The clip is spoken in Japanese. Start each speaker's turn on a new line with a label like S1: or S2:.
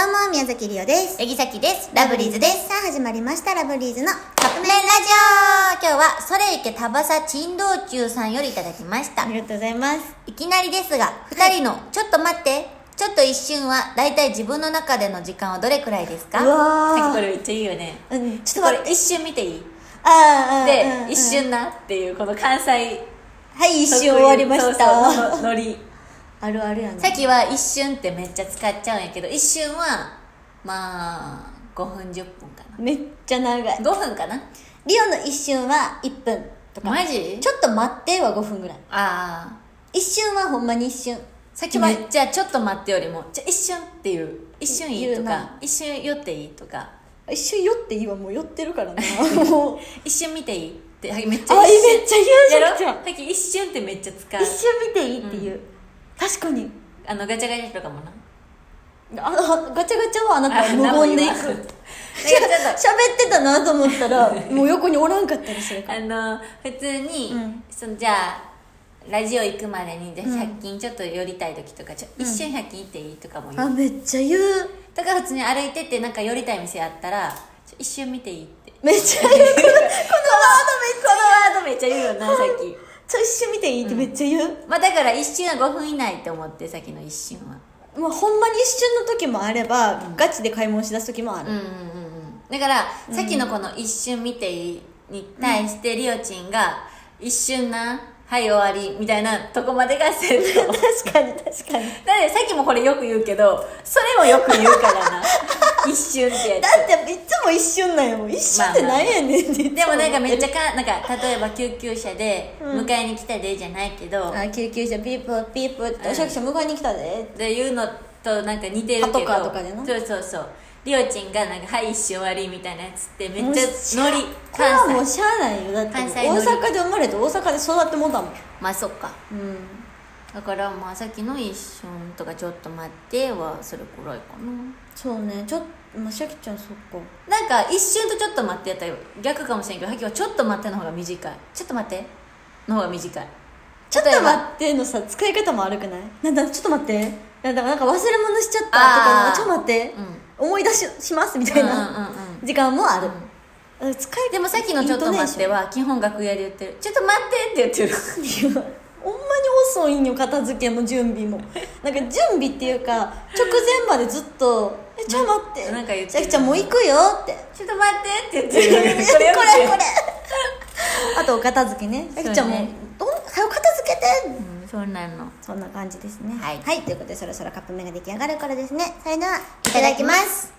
S1: うも宮崎りおです
S2: ヤギサキです
S1: ラブリーズですさあ始まりましたラブリーズの
S2: カップ麺ラジオ今日はソレイケタバサ珍道中さんよりいただきました
S1: ありがとうございます
S2: いきなりですが2人の「ちょっと待って」ちょっと一瞬は大体自分の中での時間はどれくらいですか
S1: うわー
S2: さっきこれめっちゃいいよね
S1: うんち
S2: ち
S1: ょ
S2: ょ
S1: っ
S2: っ
S1: と待
S2: と
S1: っ
S2: これ
S1: て
S2: 一瞬見ていい
S1: あ
S2: で、
S1: うんうん
S2: 一瞬なっていうこの関西
S1: はい一瞬終わりました
S2: そうそうののり
S1: あるあるやな
S2: さっきは一瞬ってめっちゃ使っちゃうんやけど一瞬はまあ5分10分か
S1: めっちゃ長い
S2: な5分かな
S1: リオの一瞬は1分とか
S2: マジ
S1: ちょっと待っては5分ぐらい
S2: ああ
S1: 一瞬はほんまに一瞬
S2: さっきはじゃあちょっと待ってよりもじゃあ一瞬っていう一瞬いい
S1: 言う
S2: と
S1: な
S2: か一瞬酔っていいとか
S1: 一瞬酔っていいわもう酔ってる からなもう
S2: 一瞬見ていいってはいめっち
S1: あ
S2: ゃ
S1: めっ
S2: 一瞬
S1: ちゃ言う
S2: やろ
S1: じゃん
S2: さっき一瞬ってめっちゃ使う
S1: 一瞬見ていいっていう、確かに
S2: あのガチャガチャとか もな
S1: あのガチャガチャはあなたは無言でいく
S2: あ
S1: 喋っ
S2: 何も言わんなんかちょ
S1: てたなと思った らもう横におらんかったりする
S2: っ
S1: か
S2: と
S1: ら
S2: あの普通に、
S1: うん
S2: そのじゃあラジオ行くまでにじゃあ
S1: うん
S2: 100均ちょっと寄りたい時とかちょ一瞬100均行っていいとかも言
S1: あ
S2: う、
S1: めっちゃ言う
S2: だから普通に歩いててなんか寄りたい店あったらちょ一瞬見ていいって
S1: めっ ちゃ言うこのワードめっ
S2: このワードめっちゃ言うよなさっき
S1: ちゃ一瞬見ていいってめっちゃ言う、
S2: まあだから一瞬は5分以内と思ってさっきの一瞬は
S1: まあ、ほんまに一瞬の時もあれば、ガチで買い物しだす時もあ
S2: う
S1: る、
S2: んうんうんうんだからさっきのこの一瞬見ていいに対してりおちんが一瞬なはい終わりみたいなとこまでがセッ ト
S1: 確かに確かに
S2: だってさっきもこれよく言うけどそれもよく言うからな一瞬 ってや
S1: だ
S2: つ
S1: っていつも一瞬なんやもん一瞬ってなんやねんっていつ
S2: でもなんか
S1: 思
S2: めってち
S1: る
S2: ゃかなんか例えば救急車で迎えに来たでじゃないけど、
S1: あ救急車ピープーピープーって
S2: うん
S1: おしゃくしゃ迎えに来たで
S2: でいうのとなんか似てるけど
S1: パトカーとかでな
S2: そうそうそうりおちんがなんか「はい一瞬終わり」みたいなやつってめっ
S1: もう
S2: ちゃノリ
S1: これはも
S2: 関
S1: う
S2: 西
S1: しゃあないよだって
S2: 関西
S1: 大
S2: ノリ
S1: 阪で生まれて大阪で育ってもうたもん
S2: まあそっか
S1: うん
S2: だからまあさっきの「一瞬」とか「ちょっと待って」はそれくらいかな
S1: そうねちょっとまあシャキちゃんそっか
S2: なんか「一瞬」と「ちょっと待って」やったら逆かもしれんけどさっきは「ちょっと待って」の方が短い「ちょっと待って」の方が短い
S1: ちょっと
S2: 例えば
S1: 待ってのさ使い方も悪くないなんだちょっと待ってなんだなんか忘れ物しちゃったとか
S2: あー
S1: のちょっと待って、思い出ししますみたいな
S2: うんうんうんうん
S1: 時間もある、使い
S2: でもさっきの「ちょっと待って」は基本楽屋で言ってる「ちょっと待って」って言ってる
S1: いやほんまに遅いんよ片付けも準備もなんか準備っていうか直前までずっと「えちょ待って」
S2: なんか言ってる
S1: さきちゃんもう行くよ」って
S2: ちょっと待ってって言っ
S1: これ
S2: て
S1: こ
S2: る。
S1: れ あとお片付けねさきちゃんも
S2: そうね
S1: 「おはよ片付けて」
S2: うん、そうなの。
S1: そんな感じですね
S2: はい
S1: ということでそろそろカップ麺が出来上がるからですねそれではいただきます